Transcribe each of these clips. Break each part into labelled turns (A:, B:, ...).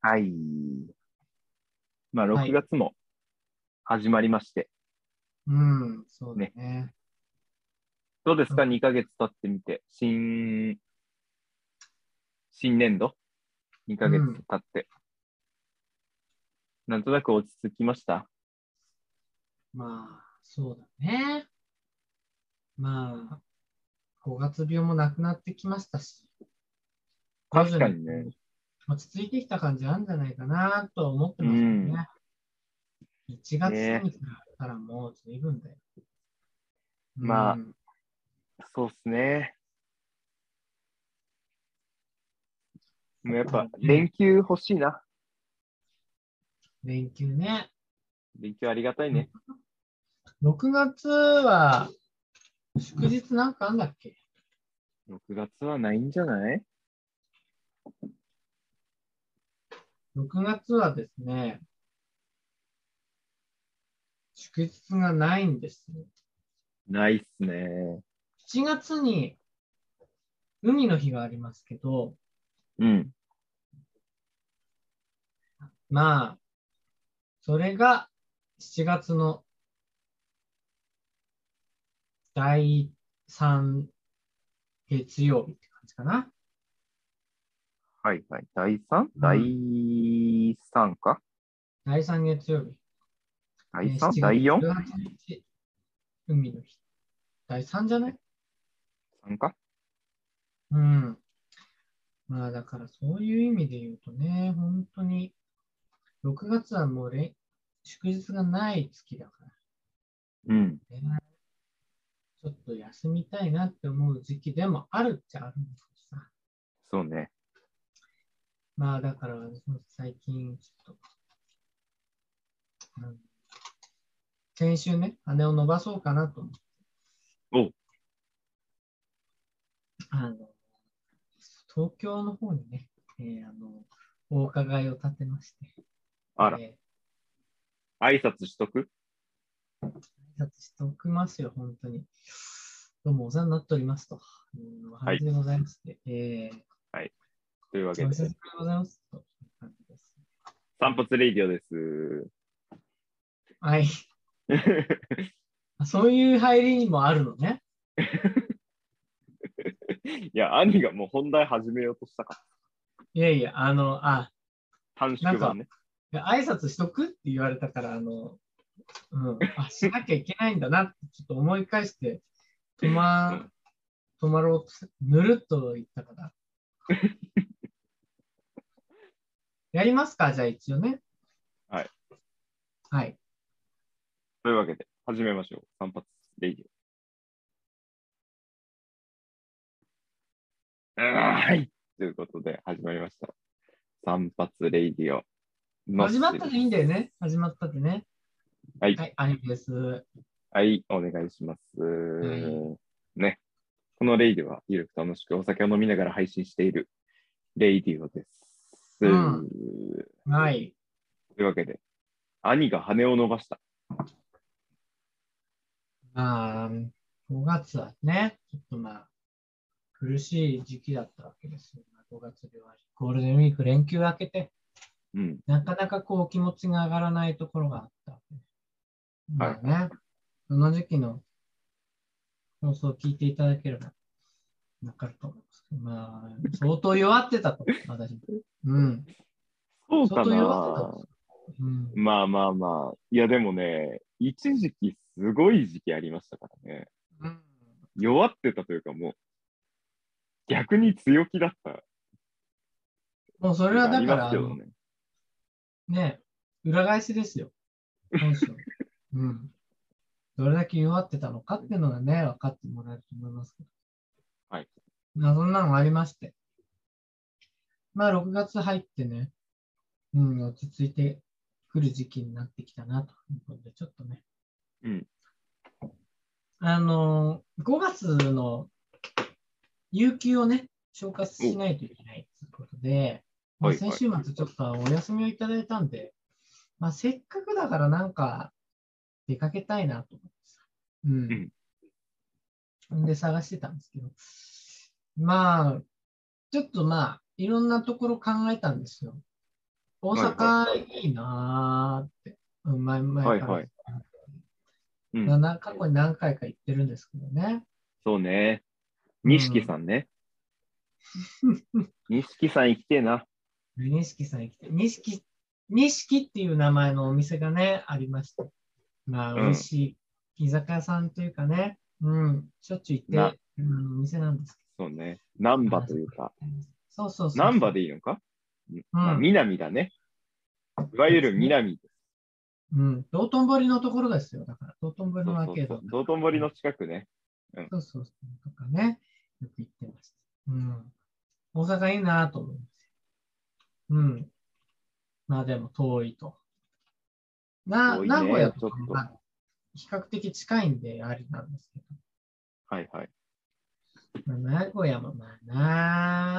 A: はい。まあ、
B: はい
A: 6月も始まりまして、
B: うん、そうだね。
A: どうですか、
B: う
A: 2ヶ月経ってみて、新、新年度 ?2 ヶ月経って、なんとなく落ち着きました。
B: まあ、そうだね。まあ、5月病もなくなってきましたし、
A: 確かにね。
B: 落ち着いてきた感じあるんじゃないかなとは思ってますよね。1月
A: ね
B: に比べたらもう随分だよ。
A: まあ
B: うん
A: そうっすね。もうやっぱ、連休欲しいな。
B: 連休ね。
A: 連休ありがたいね。
B: 6月は、祝日なんかあんだっけ
A: 6月はないんじゃない
B: ?6 月はですね、祝日がないんですよ。
A: ないっすね。
B: 7月に海の日がありますけど、
A: うん。
B: まあ、それが7月の第3月曜日って感じかな。
A: はいはい。第 3? 第3か
B: 第3月曜日。
A: 第
B: えー
A: 3?
B: 7
A: 第 4?
B: 18日海の日。第3じゃない
A: 3か
B: うん。まあだからそういう意味で言うとね、本当に6月はもうれん祝日がない月だから。
A: うん。
B: ねちょっと休みたいなって思う時期でもあるっちゃあるんですけどさ。
A: そうね。
B: まあだから最近ちょっと、うん、先週ね、羽を伸ばそうかなと思って。
A: おう
B: あの、東京の方にね、えーあの、お伺いを立てまして。
A: あら、
B: え
A: 挨拶しとく
B: ー挨拶しておきますよ、本当に。どうもお世話になっておりますと。うん、お話でございまして。えー
A: というわけ
B: お
A: で、
B: 久しぶりでございます。という感じです
A: 散髪レイディオです。
B: はい。あそういう入りにもあるのね。
A: いや、兄がもう本題始めようとしたか
B: いやいや、あの、あ、
A: ら。短縮版ね。
B: いや挨拶しとくって言われたから、あの、うん、あ、しなきゃいけないんだなって、ちょっと思い返して、止ま、止まろうとして、ぬるっと言ったから。やりますか、じゃあ一応ね。
A: はい。
B: はい。
A: というわけで、始めましょう。散髪レイディオ。あーはい。ということで、始まりました。散髪レイディオの。
B: 始まったでいいんだよね。始まったでね。
A: はい
B: はい、兄貴です。
A: はい、お願いします。
B: は
A: ね。このレイディオは、ゆるく楽しくお酒を飲みながら配信しているレイディオです。
B: うんはい。
A: というわけで、兄が羽を伸ばした。
B: まあ、5月はね、ちょっとまあ、苦しい時期だったわけですよ。5月ではゴールデンウィーク連休明けて、
A: うん。
B: なかなかこう気持ちが上がらないところがあったわけです。
A: はい
B: まあね、その時期の放送を聞いていただければ、わかると思いますけど。まあ、相当弱ってたと、私も。うん。
A: そう
B: 相
A: か
B: 当弱ってた
A: な
B: と。。うん、
A: まあまあまあ。いや、でもね、一時期すごい時期ありましたからね。
B: うん
A: 弱ってたというか、もう、逆に強気だった。
B: もうそ
A: そ
B: れはだから、
A: ありますけどね。
B: ねえ、裏返しですよ。本性うん。どれだけ弱ってたのかっていうのがね、分かってもらえると思いますけど。
A: はい。
B: まあ、そんなのもありまして。まあ、6月入ってね、うん、落ち着いてくる時期になってきたなということで、ちょっとね。
A: うん。
B: あのー、5月の有給をね、消化しないといけないということで、まあ
A: はい
B: 先週末ちょっとお休みをいただいたんで、まあ、せっかくだからなんか出かけたいなと思ってさ。うん。ん、で、探してたんですけど、まあ、ちょっとまあ、いろんなところ考えたんですよ。大阪いいなーって、うん、前々から、
A: はいはいうん
B: なな過去に何回か行ってるんですけどね。
A: そうね。
B: うん
A: 錦さんね。錦さん行きてえな。
B: 錦さん行きて、錦、錦っていう名前のお店がね、ありました。まあ、
A: うん
B: 美味しい居酒屋さんというかね、うん、しょっちゅう行っ
A: な
B: て、うん、お店なんです
A: そうね。難波というか。
B: けど。そうそうそう。
A: 難波でいいのか、まあ、
B: うん、
A: 南だね。いわゆる南。
B: うん、道頓堀のところですよ。だから、道頓堀のアーケー
A: そう
B: ド
A: そう。道頓堀の近くね。
B: そうそうそう。とかね、よく行ってました。うん。大阪いいなと思いますよ。うん。まあでも遠いと。な、
A: 遠いね
B: 名古屋とか
A: ちょっ
B: も
A: と
B: まあ比較的近いんでありなんですけ
A: はいはい。
B: ど、まあ名古屋もまあ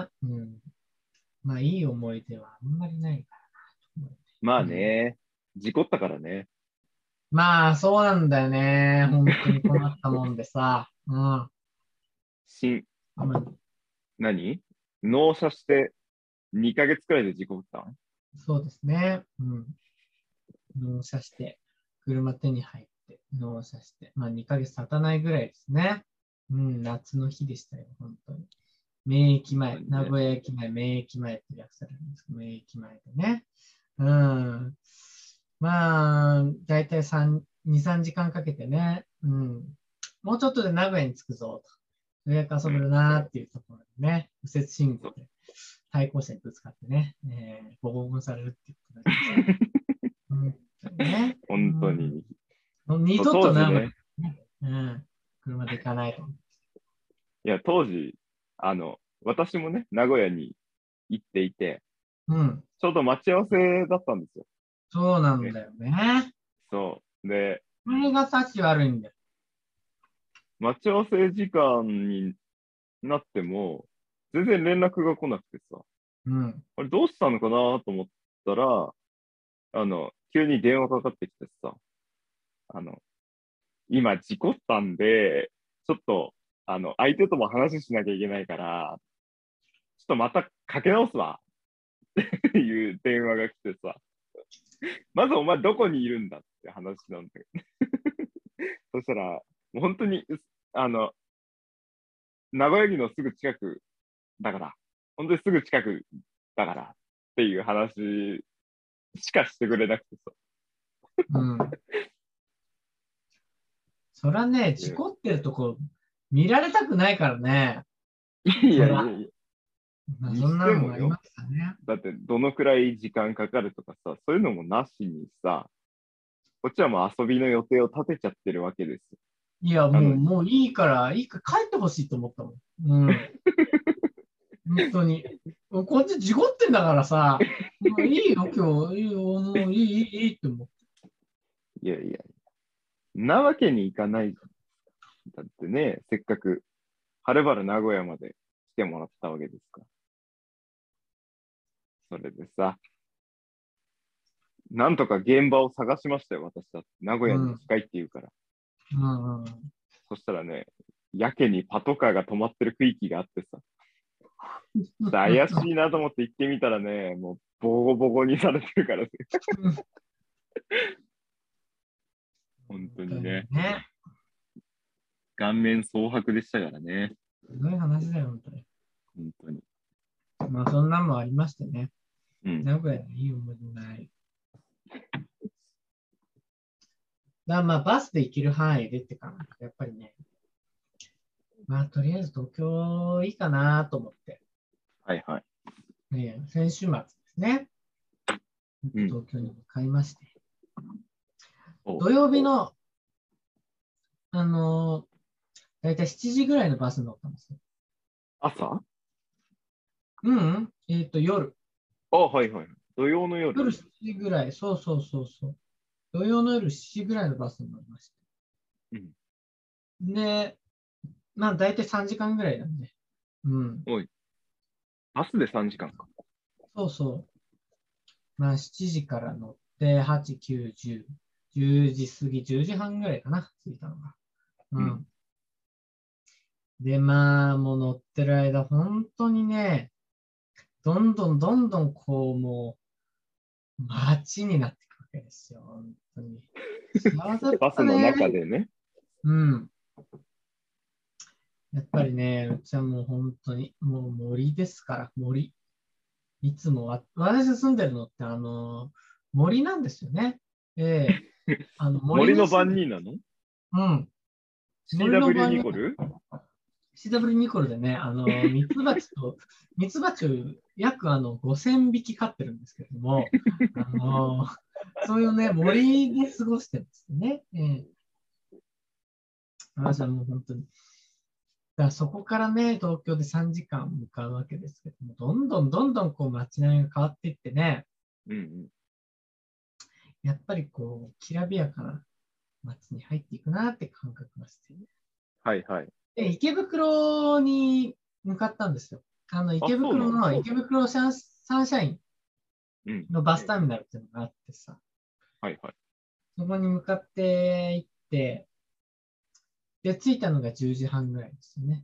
B: なうん。まあいい思い出はあんまりないから。
A: まあね。事故ったからね。
B: まあそうなんだよね。本当に困ったもんでさ。うん。ま
A: 新、
B: あ
A: 何納車して2ヶ月くらいで事故ったん
B: そうですね。うん。納車して、車手に入って、納車して、まあ2ヶ月経たないぐらいですね。うん、夏の日でしたよ、本当に。名駅前、
A: そうね
B: 名古屋駅前、名駅前って略されるんですけど、名駅前でね。うん。まあ、だいたい3、2、3時間かけてね、うん。もうちょっとで名古屋に着くぞ、と。ようやく遊べるなーっていうところでね、右折信号で対向車にぶつかってね、えー、ボコボコにされるっていうことになりました。うん本当にね、
A: 本当に。
B: もう二度
A: 当
B: と
A: 時
B: 名古屋、
A: ね。
B: うん、車で行かないと。
A: いや、当時、あの、私もね、名古屋に行っていて、
B: うん、
A: ちょうど待ち合わせだったんですよ。
B: そうなんだよね。
A: そう。で、
B: これがさっき悪いんだよ。
A: 待ち合わせ時間になっても、全然連絡が来なくてさ、
B: うん、
A: あれどうしたのかなと思ったら、あの、急に電話かかってきてさ、あの、今事故ったんで、ちょっと、あの、相手とも話しなきゃいけないから、ちょっとまたかけ直すわっていう電話が来てさ、まずお前どこにいるんだって話なんだけど、そしたら、もう本当に、あの、名古屋駅のすぐ近くだから、本当にすぐ近くだからっていう話しかしてくれなくてさ。
B: うん。 そらね、事故ってるとこ見られたくないからね。
A: いやいやい
B: そ
A: や、
B: まあ、そんなのもありましたね。
A: だってどのくらい時間かかるとかさ、そういうのもなしにさ、こっちはもう遊びの予定を立てちゃってるわけですよ。
B: いや、
A: あ
B: も
A: の
B: う、もういいから、いいから帰ってほしいと思ったも ん。うん。本当に。もうこっち事故ってんだからさ、もういいよ、今日、いいよ、もういい、いい、いいって思う。
A: いやいやいや。なわけにいかないじゃん。だってね、せっかくはるばる名古屋まで来てもらったわけですから。それでさ、なんとか現場を探しましたよ、私だって。名古屋に近いって言うから。
B: うんうん。
A: そしたらね、やけにパトカーが止まってる区域があってさ、ちょっと怪しいなと思って行ってみたらね、もうボコボコにされてるからね。本当にね、
B: ね。
A: 顔面蒼白でしたからね、
B: すごい話だよ、本当に。
A: 本当に。
B: まあ、そんなんもありましてね。
A: うん、
B: 名古屋にいい思い出ない。だからまあ、バスで行ける範囲でってかな。やっぱりね。まあ、とりあえず東京いいかなと思って。
A: はいはい。
B: ね、先週末ですね。
A: うん
B: 東京に向かいまして。
A: お
B: 土曜日の、あのー、だいたい7時ぐらいのバスに乗ったんですよ。
A: 朝
B: うん、うん、えっ、と、夜。
A: あ、はいはい。土曜の夜。
B: 夜7時ぐらい、そうそうそうそう。土曜の夜7時ぐらいのバスに乗りました。
A: うん
B: で、まあ大体3時間ぐらいなんで。うん。
A: バスで3時間か。
B: そうそう。まあ7時から乗って、8、9、10。10時過ぎ、10時半ぐらいかな、着いたのが。うん。
A: うん
B: で、まあ、もう乗ってる間、本当にね、どんどんどんどんこう、も街になっていくわけですよ、本 当に。幸せだ
A: バ
B: っ
A: ス
B: た
A: の中
B: ね。
A: でね。
B: うん。やっぱりね、うちはもう本当に、もう森ですから、森。いつもわ、私住んでるのって、あの、森なんですよね。ええあの
A: 森の
B: 下
A: 番人なの
B: うん。
A: ?CW ニコル
B: CW ニコルでね、あの、ミツバチと、ミツバチを約あの5000匹飼ってるんですけれども、あの、そういうね、森で過ごしてるんですね。ええ私はもう本当に。だからそこからね、東京で3時間向かうわけですけども、どんどんどんどんこう街並みが変わっていってね、
A: うんうん。
B: やっぱりこう、きらびやかな街に入っていくなって感覚がして、
A: はいはい。
B: で、池袋に向かったんですよ。あの、池袋
A: そうな
B: の
A: の
B: 池袋サンサンシャイ
A: うん。
B: ンのバスターミナルっていうのがあってさ、
A: はいはい。
B: そこに向かって行って、で、着いたのが10時半ぐらいですよね。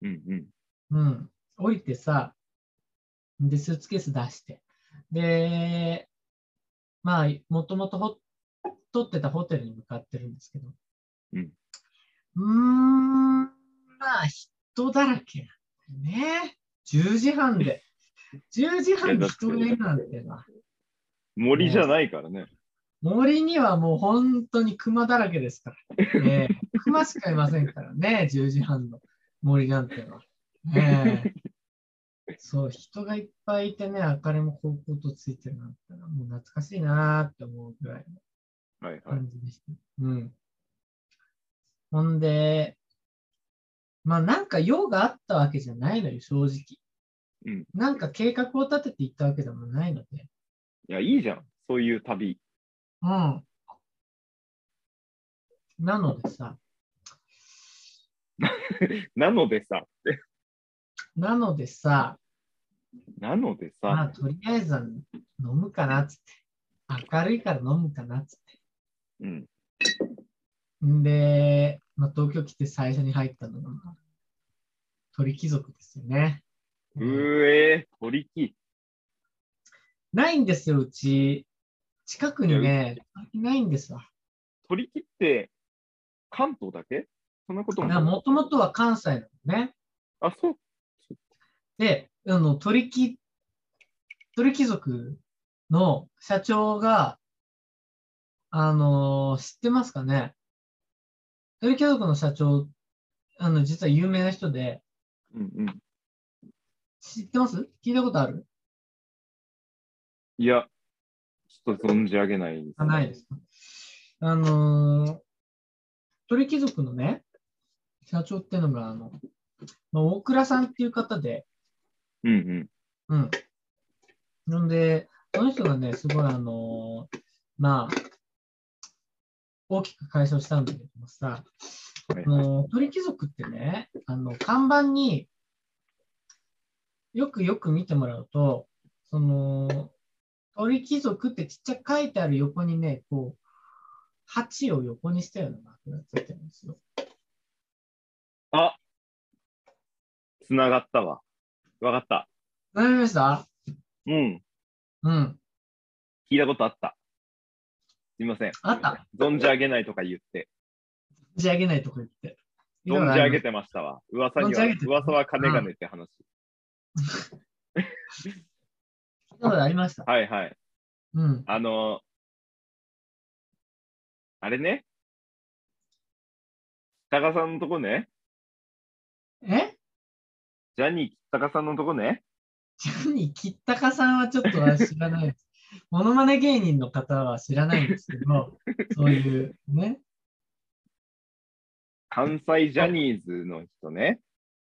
A: うんうん。
B: うん。降りてさ、で、スーツケース出して。で、まあ、もともとほ取ってたホテルに向かってるんですけど。
A: うん。
B: うーん、まあ、人だらけなんだよね。10時半で。10時半で人がいるなんてな。
A: 森じゃないからね。
B: 森にはもう本当に熊だらけですから。ねえ、熊しかいませんからね、10時半の森なんてのは。ねえ、そう、人がいっぱいいてね、明かりもこうこうとついてるなんてのは、もう懐かしいなーって思うぐらい
A: はい
B: の
A: はい。
B: 感じでした。うん。ほんで、まあなんか用があったわけじゃないのよ、正直。
A: うん
B: なんか計画を立てていったわけでもないので。
A: いや、いいじゃん。そういう旅。
B: うん。なのでさ、
A: なのでさ、
B: なのでさ、
A: なので
B: まあ、
A: さ、
B: とりあえずは飲むかなっつって、明るいから飲むかなっつって。
A: うん。
B: んで、まあ、東京来て最初に入ったのが、まあ鳥貴族ですよね。
A: うえー、鳥木。
B: ないんですよ、うち。近くにね、ないんですわ。
A: 鳥木って関東だけそんなこともない。
B: もともとは関西なのね。
A: あ、そう。
B: で、あの、鳥貴、鳥貴族の社長が、あのー知ってますかね鳥貴族の社長、あの、実は有名な人で、
A: うんうん。
B: 知ってます聞いたことある
A: いや、ちょっと存じ上げない。
B: あないですかあのー鳥貴族のね、社長ってのが、あの、まあ、大倉さんっていう方で、
A: うんうん。
B: うん。なんで、この人がね、すごいあのーまあ、大きく解消したんだけどもさ、
A: はい
B: あのー鳥貴族ってね、あの、看板によくよく見てもらうと、その、鳥貴族ってちっちゃく書いてある横にね、こう、鉢を横にしたようなマークがついてるんですよ。
A: あつながったわ。わかった。
B: わかりました
A: うん。
B: うん。
A: 聞いたことあった。すいません。
B: あった
A: 存じ上げないとか言って。
B: 存じ上げないとこ言って。
A: 存じ上げてましたわ。噂には
B: 存じ上げ、てた
A: 噂は金がねって話。
B: 聞いたことありました。
A: はいはい。
B: うん。
A: あのーあれね。北川さんのとこね。
B: え
A: ジャニー北川さんのとこね。
B: ジャニー・キッタカさんはちょっとは知らないです。モノマネ芸人の方は知らないんですけど、そういうね、
A: 関西ジャニーズの人ね。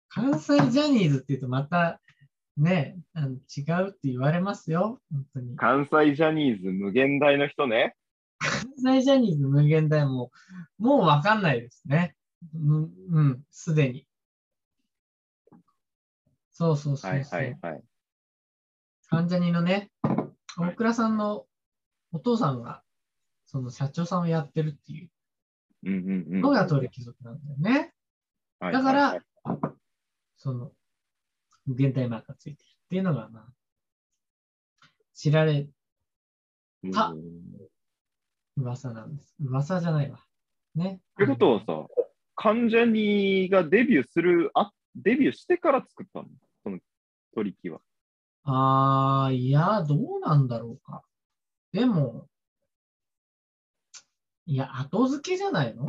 B: 関西ジャニーズっていうとまたね、あの違うって言われますよ、本当に。
A: 関西ジャニーズ無限大の人ね。
B: 関西ジャニーズ無限大も、もうわかんないですね。うん、うんすでに。そうそうそうそう。
A: はいはいはい。
B: 関ジャニのね、大倉さんのお父さんが、その社長さんをやってるっていう
A: うんうんうん。
B: のが鳥貴族なんだよね。
A: はい
B: だから
A: はいはい
B: その、無限大マークがついてるっていうのが、まあ、知られ
A: うん
B: あ噂なんです。噂じゃないわ。ね。
A: ってことはさ、関ジャニがデビューする、あデビューしてから作ったのそのトリキは。
B: あー、いや、どうなんだろうか。でも、いや、後付けじゃないの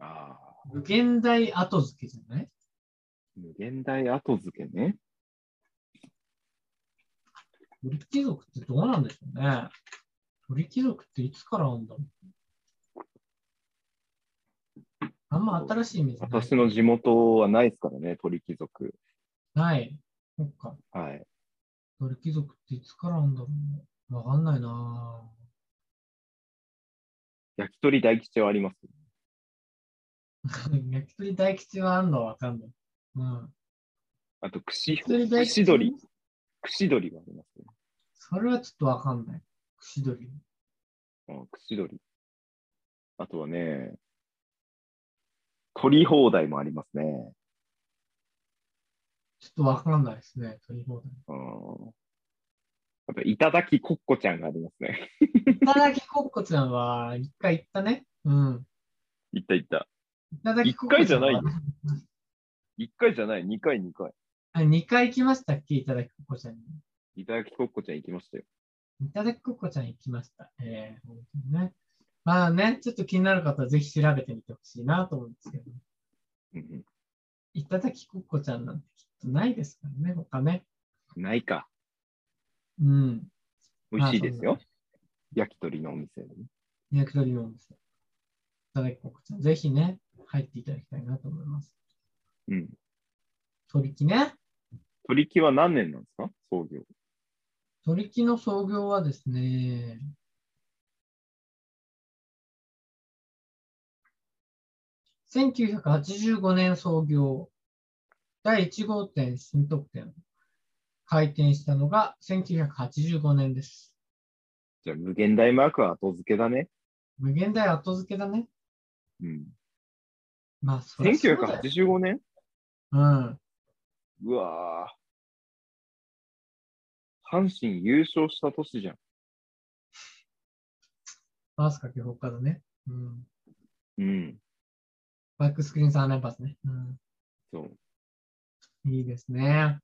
A: ああ。
B: 無限大後付けじゃない
A: 無限大後付けね。
B: 鳥貴族ってどうなんでしょうね。鳥貴族っていつからなんだろう。あんま新しいイメージない。
A: 私の地元はないですからね、鳥貴族。
B: ない。そっか。
A: はい。
B: 鳥貴族っていつからなんだろう。わかんない なぁ。
A: 焼き鳥大吉はあります。
B: 焼き鳥大吉はあんのはわかんない。うん。
A: あと、串、
B: 焼き鳥大吉
A: 串鳥。串鳥はありますね。
B: それはちょっとわかんない。串取り。
A: うん、串鳥。あとはね、鳥放題もありますね。
B: ちょっとわかんないですね。取り放題。
A: うん。あと、いただきコッコちゃんがありますね。
B: いただきこっこちゃんは、一回行ったね。うん。
A: いったいった。
B: いただきこっこちゃんは
A: 一回じ1回じゃない、2回、2回。
B: あ二回行きましたっけいただきこっこちゃんに。
A: いただきコッコちゃん行きましたよ。
B: いただきこっこちゃん行きました。えー、本当にね。まあね、ちょっと気になる方はぜひ調べてみてほしいなと思うんですけど。
A: うん
B: いただきこっこちゃんなんてきっとないですからね、他ね。
A: うん、ないか。
B: うん。
A: 美味しいです
B: あ
A: よ。焼き鳥のお店でね。
B: 焼き鳥のお店。いただきこっこちゃん。ぜひね、入っていただきたいなと思います。
A: うん。
B: 鳥木ね。
A: 鳥木は何年なんですか創業。
B: 鳥木の創業はですね、1985年創業、第1号店新特店、開店したのが1985年です。
A: じゃあ、無限大マークは後付けだね。
B: 無限大後付けだね。
A: うん。
B: まあ、そりゃそうだよ。
A: 1985年
B: うん。
A: うわぁ。阪神優勝した年じゃん。
B: バースかけ放火だね。うん。
A: うん。
B: バックスクリーン3連発ね。うん。
A: そう。
B: いいですね。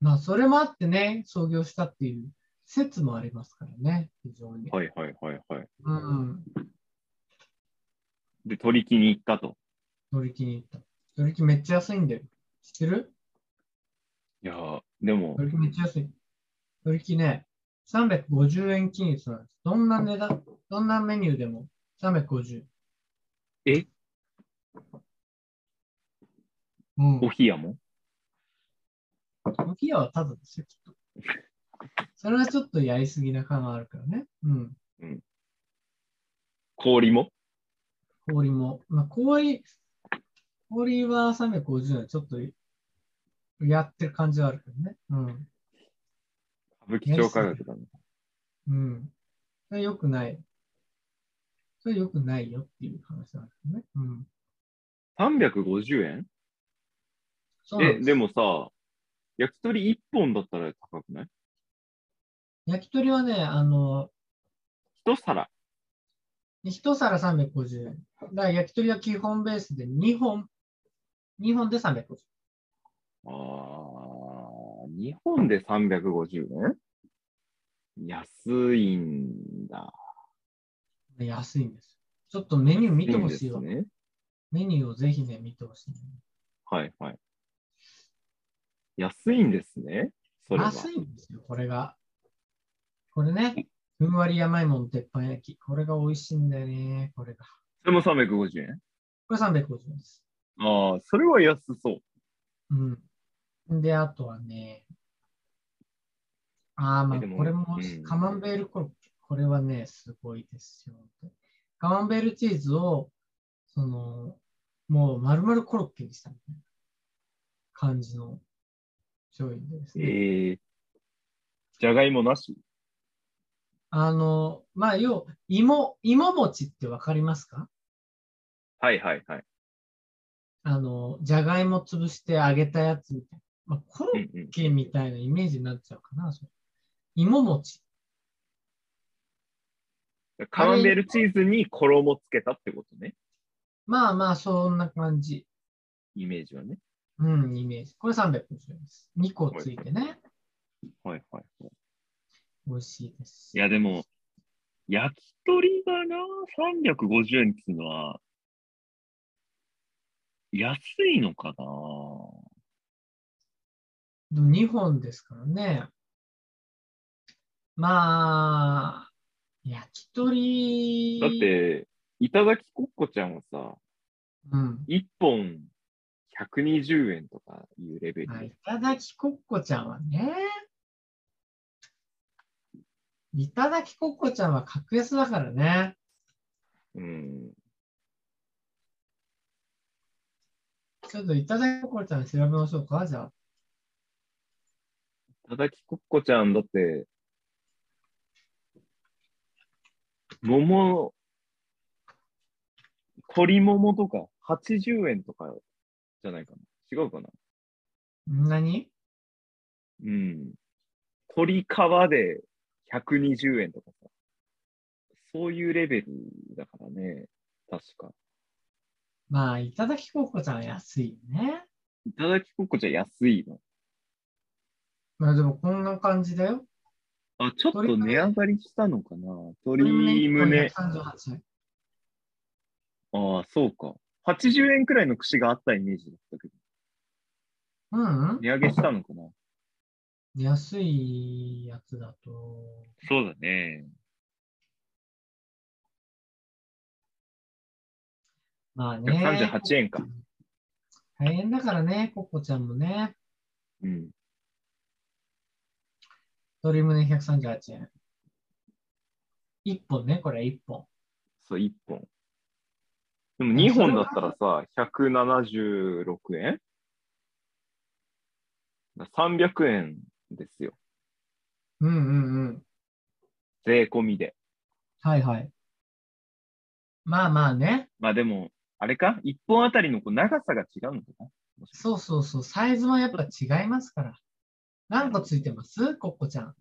B: まあ、それもあってね、創業したっていう説もありますからね、非常に。
A: はいはいはいはい。
B: うん、
A: で、取り木に行ったと。
B: 乗り気に行った。乗り気めっちゃ安いんだよ。知ってる
A: いやーでも
B: 乗、り気めっちゃ安い。乗り気ね、350円均一なんです。どんな値段、どんなメニューでも350。
A: え
B: うん。
A: コーヒー屋も
B: コーヒー屋はただですよ、きっと。それはちょっとやりすぎな感があるからね。うん。
A: 氷も
B: 氷も。まあ、氷、氷は350円。ちょっとやってる感じはあるけどね。うん。
A: 歌舞伎町価格だね。
B: うん。それ良くない。それ良くないよっていう話なんですね。うん。
A: 350円
B: そうなん
A: え、
B: です
A: でもさ、焼き鳥1本だったら高くない
B: 焼き鳥はね、あの、
A: 一皿。
B: 一皿350円。だから焼き鳥は基本ベースで2本。2本で350円。
A: あー、日本で350円安いんだ。
B: 安いんですよ。ちょっとメニュー見てほしいわ。
A: んですね。
B: メニューをぜひね、見てほしい。
A: はいはい。安いんですね。それは。
B: 安いんですよ、これが。これね、ふんわり甘いもん鉄板焼き。これが美味しいんだよね、これが。
A: それも350円
B: これ350円です。
A: ああ、それは安そう。
B: うん。で、あとはね、ああ、まあ、
A: えでも
B: これも
A: うん、
B: カマンベールコロッケ。これはね、すごいですよ。カマンベールチーズを、その、もう丸々コロッケにしたみたいな感じの商品でですね。
A: ええじゃがいもなし
B: あの、まあ、要、芋、芋餅ってわかりますか
A: はいはいはい。
B: あの、じゃがいも潰して揚げたやつみたいな。まあ、コロ
A: う
B: ッ
A: んうん、
B: ケみたいなイメージになっちゃうかな、それ芋餅。
A: カマンベールチーズに衣つけたってことね。
B: まあまあ、そんな感じ。
A: イメージはね。
B: うん、イメージ。これ350円です。2個ついてね。
A: はいはいはい。
B: 美味しいです。
A: いやでも、焼き鳥がな、350円っていうのは、安いのかな
B: でも2本ですからね。まあ、焼き鳥。
A: だっ、て、いただきこっこちゃんはさ、
B: うん。
A: 1本120円とかいうレベル。
B: まあいただきこっこちゃんはね。いただきこっこちゃんは格安だからね。
A: うん。
B: ちょっといただきこっこちゃん調べましょうか、じゃあ。
A: いただきこっこちゃんだって、桃、鶏桃とか80円とかじゃないかな。違うかな。
B: 何
A: うん。鶏皮で120円とかさ。そういうレベルだからね。確か。
B: まあ、いただきこっこちゃんは安いよね。
A: いただきこっこちゃん安いの。
B: まあでもこんな感じだよ。
A: あ、ちょっと値上がりしたのかな。
B: 鶏
A: 鶏胸。
B: 138円。
A: ああ、そうか。80円くらいの串があったイメージだったけど。
B: うん、うん、
A: 値上げしたのかな
B: 安いやつだと、
A: そうだね。
B: まあね。
A: 138円か。
B: 大変だからね、コッコちゃんもね。
A: うん。
B: 鶏胸138円。1本ね、これ1本。
A: そう、1本。でも2本だったらさ、176円 ?300 円ですよ。
B: うんうんうん。
A: 税込みで。
B: はいはい。まあまあね。
A: まあでも、あれか ?1 本あたりのこう長さが違うのかな
B: そうそうそう。サイズもやっぱ違いますから。何個ついてますコッコちゃん。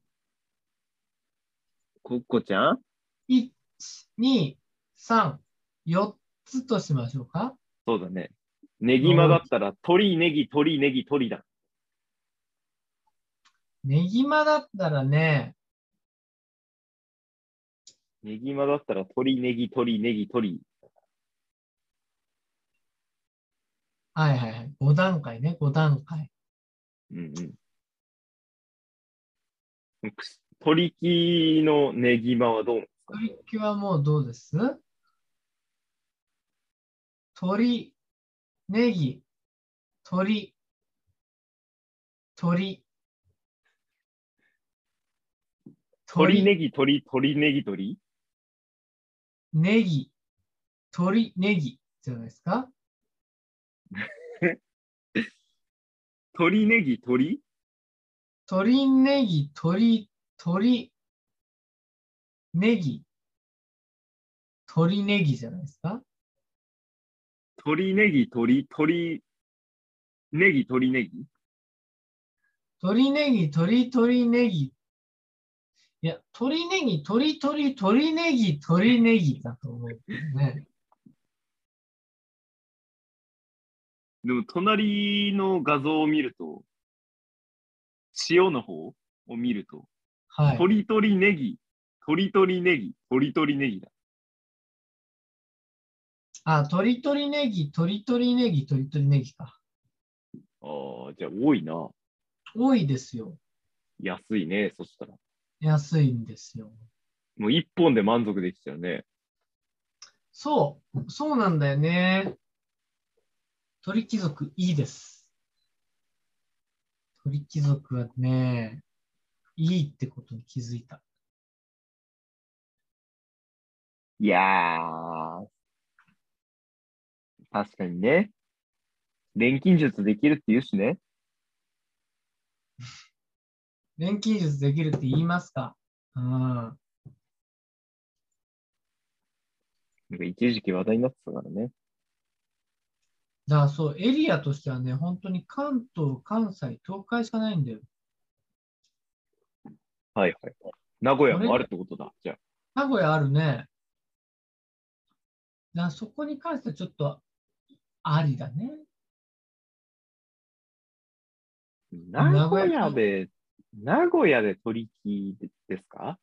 A: コッコちゃん
B: 1、2、3、4つとしましょうか。
A: そうだね。ネギマだったら、鳥、ネギ、鶏、ネギ、鶏だ。
B: ネギマだったらね、
A: ネギマだったら、鶏、ネギ、鶏、ネギ、鶏。
B: はいはいはい。5段階ね、5段階。
A: うんうん。くす鳥木のネギマはどうなんですか
B: 取引はもうどうです鳥、ネギ、鳥、鳥、
A: 鳥
B: 鳥、
A: ネギ、鳥、鳥ネギ、鳥
B: ネギ、鳥、ネギじゃないですか
A: 鳥ネギ、鳥
B: 鳥、ネギ、鳥、鳥、ネギ、鳥、ネギじゃないですか
A: 鳥ネギ、鳥、鳥、ネギ、鳥ネギ
B: 鳥ネギ、鳥鳥ネギ。いや、鳥ネギ、鳥鳥鳥ネギ、鳥ネギだと思うけどね。
A: でも、隣の画像を見ると、塩の方を見ると、
B: はい。
A: 鳥鳥ネギ、鳥鳥ネギ、鳥鳥ネギだ。
B: あ、鳥鳥ネギ、鳥鳥ネギ、鳥鳥ネギか。
A: ああ、じゃあ多いな。
B: 多いですよ。
A: 安いね、そしたら。
B: 安いんですよ。
A: もう一本で満足できちゃうね。
B: そう、そうなんだよね。鳥貴族いいです。鳥貴族はね、いいってことに気づいた。
A: いやー、確かにね。錬金術できるって言うしね。
B: 錬金術できるって言いますかうん。
A: なんか一時期話題になってたからね。
B: だからそう、エリアとしてはね、本当に関東、関西、東海しかないんだよ。
A: はいはい。名古屋もあるってことだ。じゃあ。
B: 名古屋あるね。なそこに関してはちょっとありだね。
A: 名古屋で、名古屋で取引ですか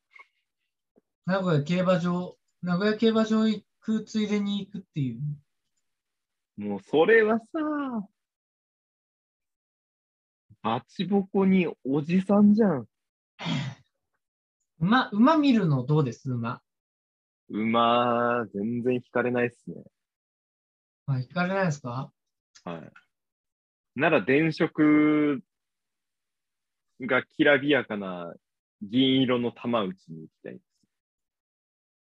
B: 名古屋競馬場、名古屋競馬場行くついでに行くっていう。
A: もうそれはさ、バチボコにおじさんじゃん。
B: 馬、馬見るのどうです馬。
A: 馬、全然引かれないっすね。
B: まあ、行かれないですか
A: はい。なら、電飾がきらびやかな銀色の玉打ちに行きたいで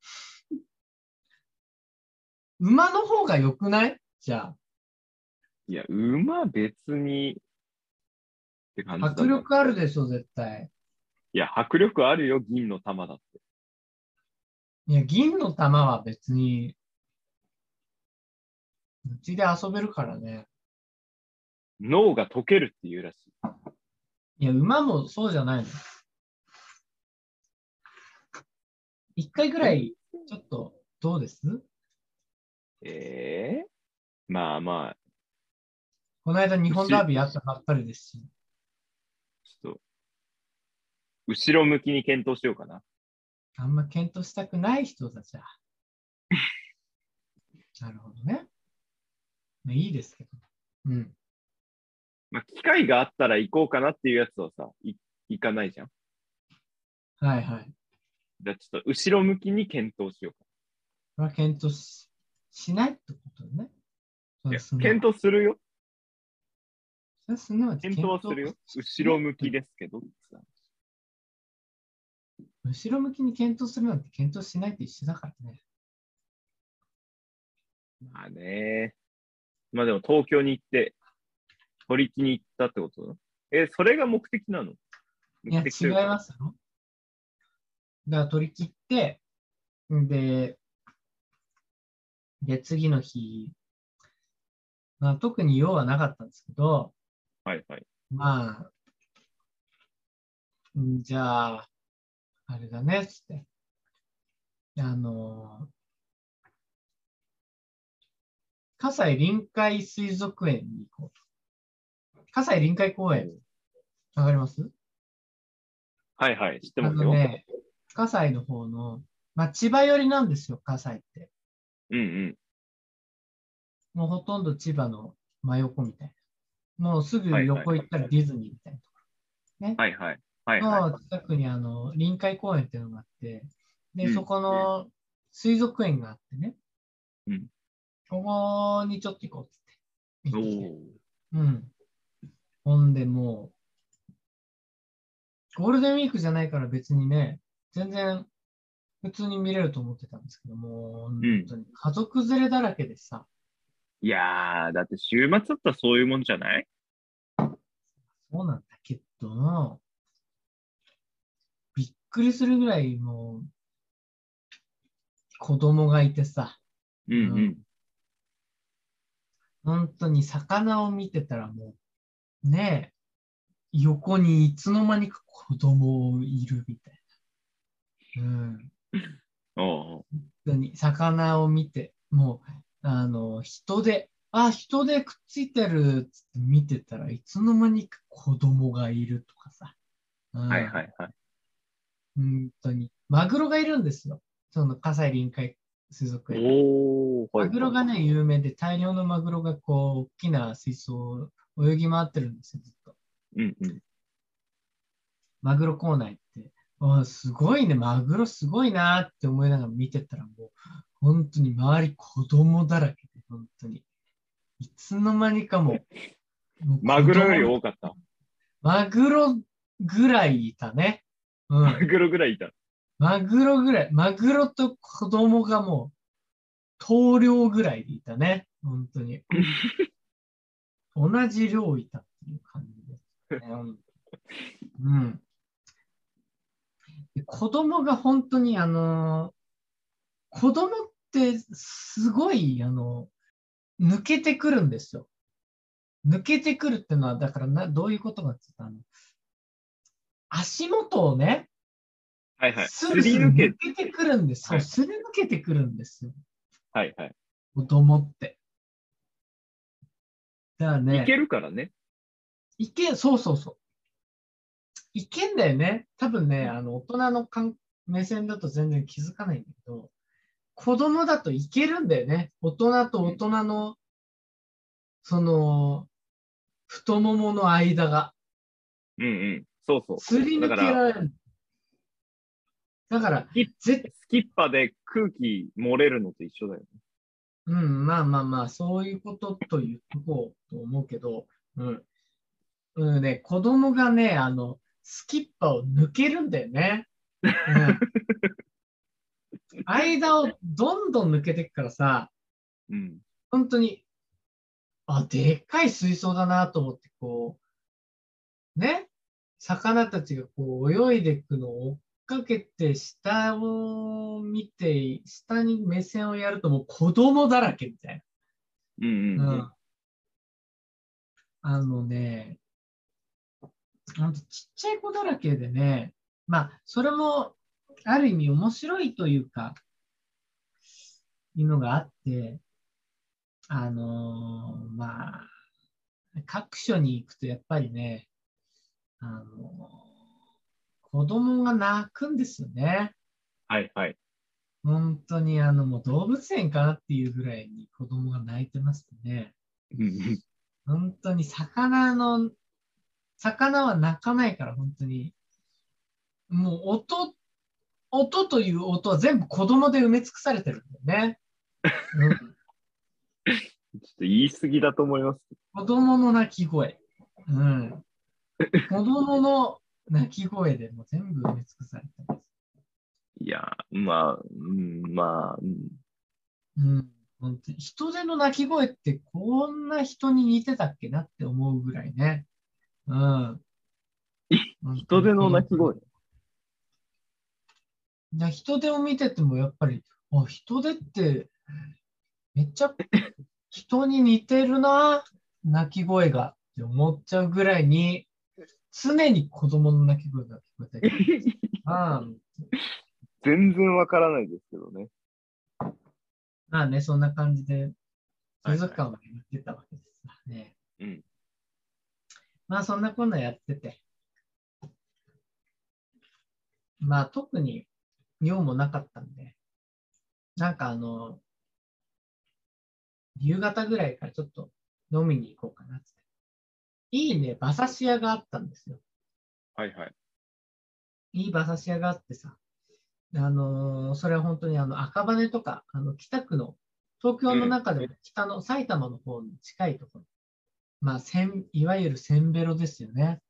A: す。
B: 馬の方が良くないじゃ
A: いや、馬別にって感じ
B: あ。
A: だな
B: 迫力あるでしょ、絶対。
A: いや、迫力あるよ、銀の玉だって。
B: いや、銀の玉は別に、うちで遊べるからね。
A: 脳が溶けるっていうらしい。
B: いや、馬もそうじゃないの。一回ぐらい、ちょっと、どうです
A: ええまあまあ、
B: この間日本ダービーあったばっかりですし。
A: ちょっと、後ろ向きに検討しようかな。
B: あんま検討したくない人だじゃ あ。なるほどね。まあ、いいですけど。うん。
A: まあ、機会があったら行こうかなっていうやつはさ、い行かないじゃん。
B: はいはい。
A: じゃあちょっと後ろ向きに検討しようか。
B: これは検討ししないってことね。そ
A: いや
B: れはすなわち
A: 検討するよ。
B: それはすなわち
A: 検討はするよ。
B: 検討
A: 後ろ向きですけど。
B: 後ろ向きに検討するなんて検討しないって一緒だからね。
A: まあね。まあでも東京に行って、取引に行ったってことえ、それが目的なの
B: いや、
A: 目的と
B: 違
A: いう
B: い
A: か
B: ますよ。だから取り切って、んで、で、次の日、まあ、特に用はなかったんですけど、
A: はいはい。
B: まあ、んじゃあ、あれだね、つって。あの、葛西臨海水族園に行こうと。葛西臨海公園、わかります
A: はいはい。知って
B: あ
A: ます
B: の
A: よ。
B: ね、葛西の方の、まあ、千葉寄りなんですよ、葛西って。
A: うんうん。
B: もうほとんど千葉の真横みたいな。もうすぐ
A: はいはい
B: 横行ったらディズニーみたいなとこ
A: はいはい。はいは
B: の近くにあの臨海公園っていうのがあって、で、
A: うん
B: そこの水族園があってね、
A: うん
B: ここにちょっと行こう
A: い。
B: っつって行ってきて。
A: お
B: うん。ほんでもう、ゴールデンウィークじゃないから別にね、全然普通に見れると思ってたんですけど、もう本当に家族連れだらけでさ、
A: いやー、だって週末だったらそういうもんじゃない
B: そうなんだけど、びっくりするぐらいもう、子供がいてさ、
A: うんうん。
B: うん本当に魚を見てたらもう、ねえ、横にいつの間にか子供いるみたいな。うん。
A: おうおう
B: 何魚を見て、もう、あの、人で、あ、人でくっついてるっつって見てたらいつの間にか子供がいるとかさ。うん
A: はいはいはい。
B: 本当に。マグロがいるんですよ。その、葛西臨海水族園。
A: おお、は
B: マ
A: い。
B: グロがね、有名で、大量のマグロがこう、大きな水槽を泳ぎ回ってるんですよ、ずっと。
A: うんうん。
B: マグロコーナー行って。あすごいね、マグロすごいなーって思いながら見てたら、もう、本当に周り子供だらけで、本当に。いつの間にかも う。もう子供
A: マグロより多かった。
B: マグロぐらいいたね。う
A: マ
B: ん。
A: グロぐらいいた。
B: マグロぐらい、マグロと子供がもう、等量ぐらいでいたね。本当に。同じ量いたっていう感じですね。うん。で子供が本当にあのー子供ってすごい、あの抜けてくるんですよ。抜けてくるってのは、だからな、どういうことかって言ったらあの、足元をね、
A: はいはい。す
B: すぐ
A: り
B: すぐ
A: 抜け
B: 抜、けてくるんです。そう、
A: はい
B: すり抜けてくるんですよ。
A: はいはい。
B: 子供って。だからね。
A: いけるからね。
B: いけ、そうそうそう。いけんだよね。多分ね、あの、大人の感目線だと全然気づかないんだけど、子供だといけるんだよね。大人と大人の、その、太ももの間が、
A: うんうん。そうそう。
B: すり抜けられる。だから
A: い、
B: ぜ
A: スキッパで空気漏れるのと一緒だよね。
B: うん、まあまあまあ、そういうことと言うこうと思うけど、うん。うんね、子供がね、あの、スキッパを抜けるんだよね。うん。間をどんどん抜けていくからさ、
A: うん。
B: 本当に、あ、でっかい水槽だなと思って、こう、ね、魚たちがこう泳いでいくのを追っかけて、下を見て、下に目線をやるともう子供だらけみたいな。
A: うんうん
B: う
A: うんん。
B: あのね、ほんとちっちゃい子だらけでね、まあ、それもある意味面白いというか、いうのがあって、あのーまあ、各所に行くとやっぱりね、あのー子供が泣くんですよね。
A: はいはい。
B: 本当にあの、もう動物園かなっていうぐらいに子供が泣いてますね。
A: うんうん
B: 本当に魚の、魚は鳴かないから、本当に。もう音、音という音は全部子供で埋め尽くされてるんだよね。うん、
A: ちょっと言い過ぎだと思います。
B: 子供の鳴き声。うん。子供の鳴き声でもう全部埋め尽くされてます。
A: いやー、まあ、うん、まあ、うん
B: うん。本当に人手の鳴き声ってこんな人に似てたっけなって思うぐらいね。うん。
A: 人手の鳴き 声。
B: な人手を見ててもやっぱり、あ、人手ってめっちゃ人に似てるな、鳴き声がって思っちゃうぐらいに、常に子供の鳴き声が聞こえてくる。ああ
A: 全然わからないですけどね。
B: まあね、そんな感じで、
A: はいはい
B: 水族館をやってたわけですからね。
A: うん
B: まあそんなこんなやってて。まあ特に用もなかったんで、なんかあの、夕方ぐらいからちょっと飲みに行こうかなって。いいね、馬刺し屋があったんですよ。
A: はいはい。
B: いい馬刺し屋があってさ、あのーそれは本当にあの赤羽とか、あの北区の、東京の中でも北の埼玉の方に近いところ、まあ、せんいわゆるせんべろですよね。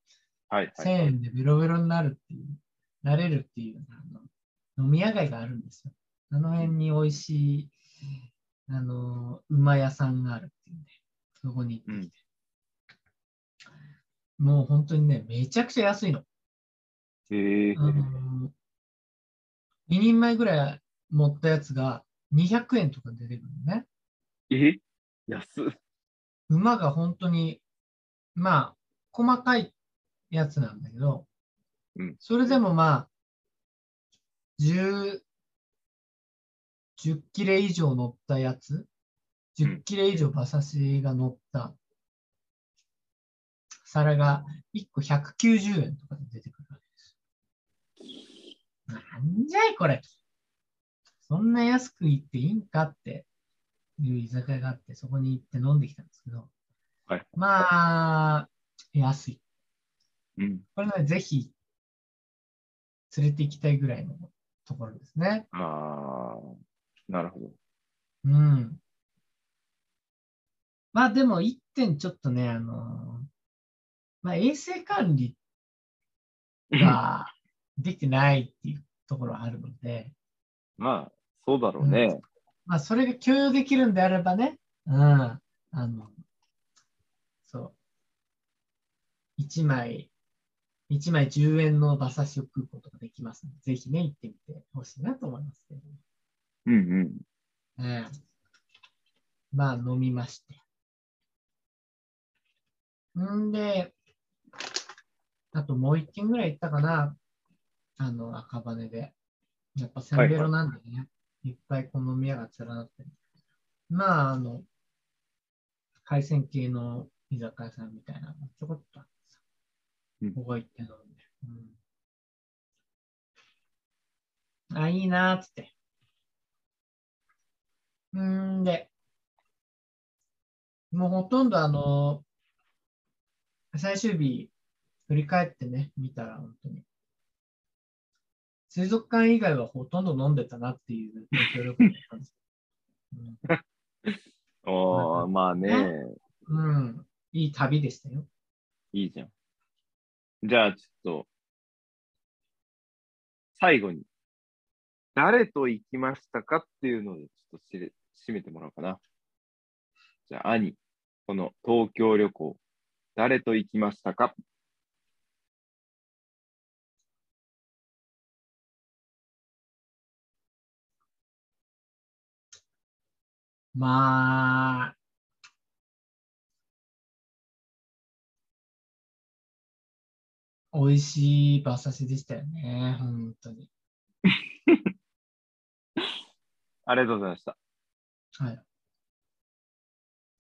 A: はい
B: 1000円でベロベロになるっていう、なれるっていうあの飲み屋街があるんですよ。あの辺に美味しい、あのー馬屋さんがあるっていうね、そこに行ってきて。もう本当にね、めちゃくちゃ安いの。
A: へえ
B: あ。の2人前ぐらい持ったやつが200円とか出てくるのね。
A: え安っ。
B: 馬が本当に、まあ、細かいやつなんだけど、
A: うん
B: それでもまあ、10、10切れ以上乗ったやつ、10切れ以上馬刺しが乗った皿が1個190円とかで出てくるわけです。なんじゃいこれ。そんな安く行っていいんかっていう居酒屋があって、そこに行って飲んできたんですけど、
A: はい
B: まあ、安い。
A: うん。
B: これね、ぜひ、連れて行きたいぐらいのところですね。
A: ああ、なるほど。
B: うん。まあでも、一点ちょっとね、あのーまあ衛生管理ができてないっていうところはあるので、
A: まあ、そうだろうね。
B: まあそれが許容できるんであればね、うん、あの、そう、1枚、1枚10円の馬刺しを食うことができますので、ぜひね、行ってみてほしいなと思いますけど、
A: うんうん。
B: うん。まあ飲みまして。んで、あともう一軒ぐらい行ったかな。あの、赤羽で。やっぱせんべろなんでね、いっぱいこの宮が連なってる。まあ、あの、海鮮系の居酒屋さんみたいなのがちょこっとあってさ
A: うん、
B: ここ行って飲んで。うん、あ、いいなーっつって。うーんで、もうほとんどあの、最終日、振り返ってね、見たら本当に。水族館以外はほとんど飲んでたなっていう影響力だったんですよ。 うん
A: ああ、まあね、
B: うん。いい旅でしたよ。
A: いいじゃん。じゃあ、ちょっと、最後に、誰と行きましたかっていうので、ちょっとしれ締めてもらおうかな。じゃあ、兄、この東京旅行、誰と行きましたか
B: まあ、美味しい馬刺しでしたよね、本当に。
A: ありがとうございました。
B: はい。